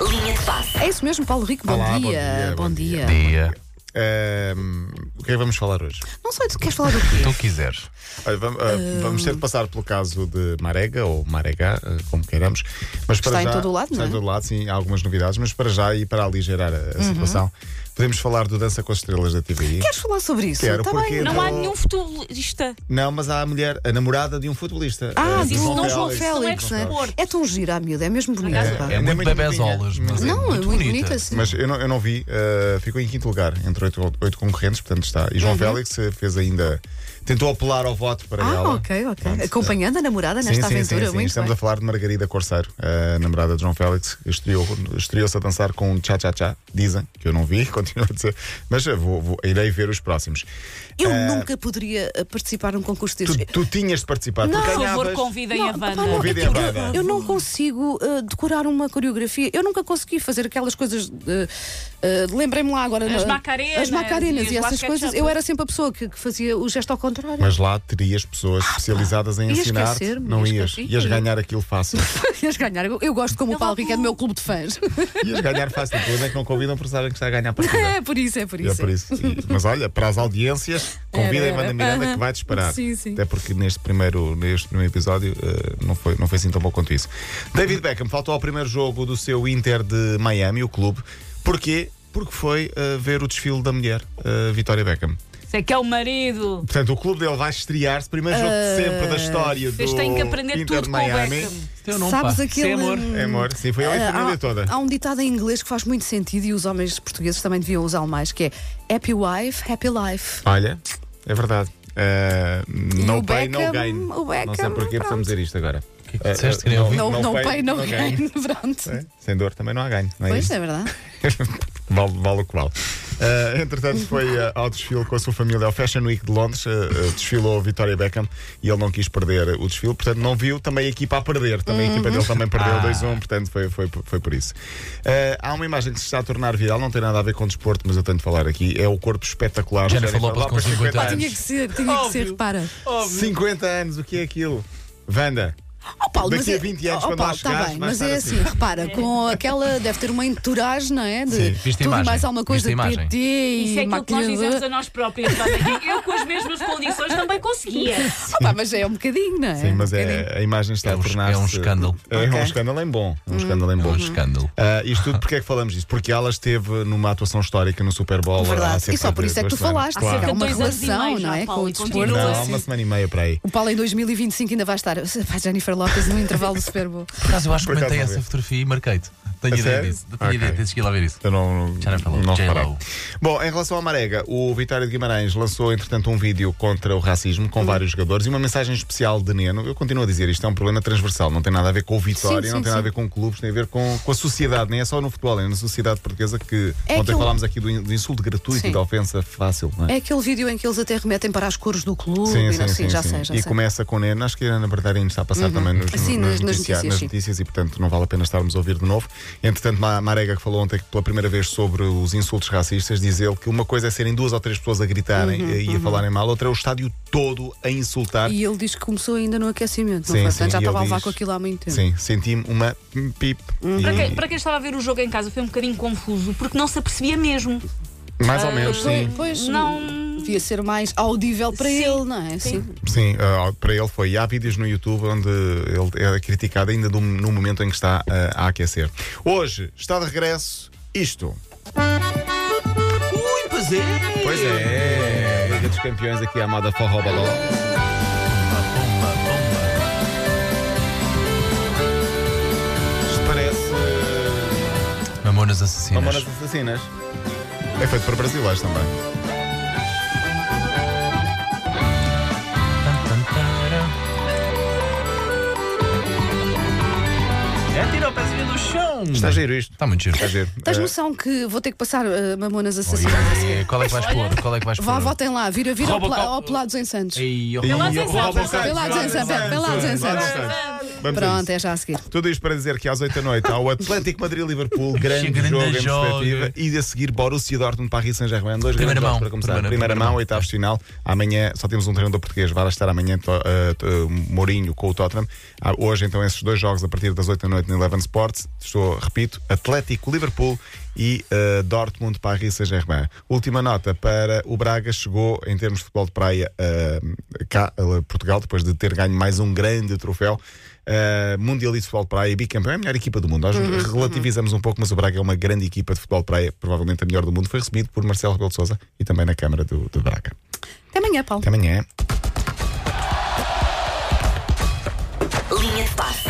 Linha de passe. É isso mesmo, Paulo Rico. Bom, Olá, bom dia, dia, bom dia. dia, Ahm, o que é que vamos falar hoje? Não sei, tu queres falar do quê? tu Então, quiseres. Olha, vam- ah, vamos, ter de passar pelo caso de Marega ou Maregá, ah, como queiramos. Mas para Está em já, todo o lado, está não é? Uhum. em todo o lado, sim, há algumas novidades, mas para já e para aligerar a, a situação, podemos falar do Dança com as Estrelas da TVI. Queres falar sobre isso? Quero, Tá porque é bem. entrou- Não há nenhum futebolista. Não, mas há a mulher, a namorada de um futebolista. Ah, ah, disse João não Félix. João Não é Félix, né? desporto. É tão gira a miúda, é mesmo bonita. pá. É Ainda muito muito bebezolas, novinha. mas Não, é muito bonita. sim. Mas eu não, eu não vi, eh, ficou em quinto lugar entre oito, oito concorrentes, portanto está. E João Félix eh, fez ainda. tentou apelar ao voto para Uhum. Ah, é ela. ok, ok. Pronto. Acompanhando a namorada nesta aventura, muito Estamos bem. a falar de Margarida Corseiro, a namorada de João Félix, que estreou- estreou-se a dançar com um tchá-tchá-tchá. Dizem que eu não vi, continuo a dizer, mas eh, vou, vou- irei ver os próximos. Eu É. nunca poderia eh, participar num concurso Tu, destes. tu tinhas de participar, Não. tu Por ganhavas. favor, convidem a opá, Wanda. não, Convida é que a eu- Wanda. eu não consigo eh, decorar uma coreografia. Eu nunca consegui fazer aquelas coisas. eh, eh, Lembrei-me lá agora. As na- macarenas As macarenas e e as essas basquete coisas. chapas. Eu era sempre a pessoa que, que fazia o gesto ao contrário. Mas lá terias pessoas especializadas em Ia ensinar. Ah, esquecer-me, Não ia ias. esquecer. Ias ganhar aquilo fácil. Ias ganhar. Eu gosto como o Eu Paulo vou- Rico é do meu clube de fãs. ias ganhar fácil. Depois é que não convidam por estarem que está a ganhar a partida. É por isso, é por É isso. por isso. E- mas olha, para as audiências, convidem Era, a era. Wanda Miranda que vai disparar. Sim, sim. Até porque neste primeiro, neste primeiro episódio eh, não, foi, não foi assim tão bom quanto isso. David Beckham faltou ao primeiro jogo do seu Inter de Miami, o clube. Porquê? Porque foi eh, ver o desfile da mulher, eh, Vitória Beckham. Isso é que é o marido. Portanto, o clube dele vai estrear-se, primeiro jogo Eh, de sempre da história do Vocês têm que aprender Inter tudo de com o Miami. Beckham. Teu nome, Sabes pá. aquele- Isso é amor. É amor, sim, foi ela e a Ah, família há, toda. há um ditado em inglês que faz muito sentido e os homens portugueses também deviam usá-lo mais, que é Happy Wife, Happy Life. Olha, é verdade. Eh, no o pay, no Beckham- gain. o não sei Beckham, porquê pronto. precisamos dizer isto agora. que que disseste, querido? Não, não, pay, não gain. Pronto. É, Sem dor também não há ganho. Não é Pois, isso? é verdade. vale, vale o que vale. Eh, entretanto, foi eh, ao desfile com a sua família ao Fashion Week de Londres. eh, eh, desfilou a Victoria Beckham e ele não quis perder o desfile, portanto, não viu também a equipa a perder. Também a equipa Uhum. dele também Ah. perdeu 2-1, portanto, foi, foi, foi por isso. Eh, há uma imagem que se está a tornar viral, não tem nada a ver com desporto, mas eu tenho de falar aqui. É o corpo espetacular de Jennifer Lopez com 50 Pá, tinha que ser, tinha que ser, Óbvio. repara. 50 anos, o que é aquilo? Wanda. Ó Paulo, Daqui mas a é- 20 anos, ó, quando Paulo, tá lá chegares, bem, vai mas estar é assim. assim, repara, com aquela, deve ter uma entourage, não é? De Sim, viste a tudo e imagem? mais alguma coisa Viste a de imagem? PT e Isso é aquilo que nós maquilhador. dizemos a nós próprios. Wanda. Eu, com as mesmas condições, também conseguia. Ó pá, mas é um bocadinho, não é? Sim, mas um é, bocadinho. a imagem está É a um- tornar-se. é um escândalo. É Ok. um escândalo em bom. Um escândalo em É bom. um escândalo. Ah, isto tudo, porque é que falamos disso? Porque ela esteve numa atuação histórica no Super Bowl. há Verdade. cerca E só de por isso é que duas tu semanas. falaste, Claro. que há uma Dois anos e meio relação, já, não é? Com Paulo, o e desporto. continua Não, assim. uma semana e meia para aí. O Paulo em 2025 ainda vai estar. Pá, Jennifer Lopez no intervalo do Super Bowl. Por acaso, eu acho que Por acaso comentei não vi. essa fotografia e marquei-te. Tenho A ideia sério? disso. Tenho Ok. ideia, tens que ir lá ver isso. Eu não, Já é não falou, não J-Lo. reparei. Bom, em relação à Marega, o Vitória de Guimarães lançou, entretanto, um vídeo contra o racismo Hum. com vários jogadores e uma mensagem especial de Neno. Eu continuo a dizer, isto é um problema transversal, não tem nada a ver com o Vitória, Sim, sim, não tem nada sim. a ver com clubes, tem a ver com, com a sociedade, nem é só no futebol, é na sociedade portuguesa que É ontem aquilo- falámos aqui do, in- do insulto gratuito Sim. e da ofensa fácil, não é? É aquele vídeo em que eles até remetem para as cores do clube e não sei, assim, já sei, já e sei. Uhum. começa com Nena, acho que a Ana Bertarino está a passar também nos, Sim, no- nas- nas noticia- notícias, nas sim. notícias e, portanto, não vale a pena estarmos a ouvir de novo. Entretanto, Ma- Marega, que falou ontem que pela primeira vez sobre os insultos racistas, diz ele que uma coisa é serem duas ou três pessoas a gritarem eh, e a falarem mal, outra é o estádio todo a insultar. Uhum, E ele diz que começou ainda no aquecimento, Sim, não foi? sim, Portanto, já e estava ele a levar diz- com aquilo há muito tempo. Sim, senti-me uma pip. Uhum. E- Para quem, para quem estava a ver o jogo em casa foi um bocadinho confuso, porque não se apercebia mesmo. Mais ou menos, Pois, sim. pois, Não. devia ser mais audível para Sim, ele, não é? Sim. Sim, ah, para ele foi. E há vídeos no YouTube onde ele é criticado ainda do- no momento em que está ah, a aquecer. Hoje está de regresso isto. Ui, pois é. Pois é, Liga dos Campeões aqui, a amada Forró Baló. Bomba, bomba. Isto Parece eh, Mamonas assassinas. Mamonas Assassinas. É feito para brasileiros também. É tirar o pezinho do chão. Está giro isto. Está muito giro. Está giro. Tens Eh, noção que vou ter que passar eh, mamonas Oi, assassinas? oi, Qual é que vais pôr? Qual é que vais pôr? Vá, votem lá, vira, vira ao, Robocop. pela- ao Pelados em Santos. Ei, ó. e- Velados em Velados em Santos, Santos, Velados em Santos, Velados em Velados em Santos. Santos. Velados em Santos. Vamos a Pronto, isso. é já a seguir. Tudo isto para dizer que às 8 da noite há o Atlético Madrid-Liverpool, grande, grande jogo em jogo. perspectiva, e a seguir Borussia Dortmund Paris Saint-Germain, dois Primeira grandes jogos mão. para começar. Primeira- Primeira, primeira mão, mão. oitavos de final. Amanhã só temos um treinador português, vai lá estar amanhã to- eh, to- eh, Mourinho com o Tottenham. Ah, Hoje, então, esses dois jogos a partir das 8 da noite no Eleven Sports. Estou, repito, Atlético-Liverpool e eh, Dortmund Paris Saint-Germain. Última nota para o Braga, chegou em termos de futebol de praia eh, cá, eh, Portugal, depois de ter ganho mais um grande troféu. Uh, mundialista de futebol de praia e bicampeão é a melhor equipa do mundo. Nós relativizamos um pouco, mas o Braga é uma grande equipa de futebol de praia, provavelmente a melhor do mundo. Foi recebido por Marcelo Rebelo de Souza e também na Câmara do, do Braga. Até amanhã, Paulo. Até amanhã. Linha de passe.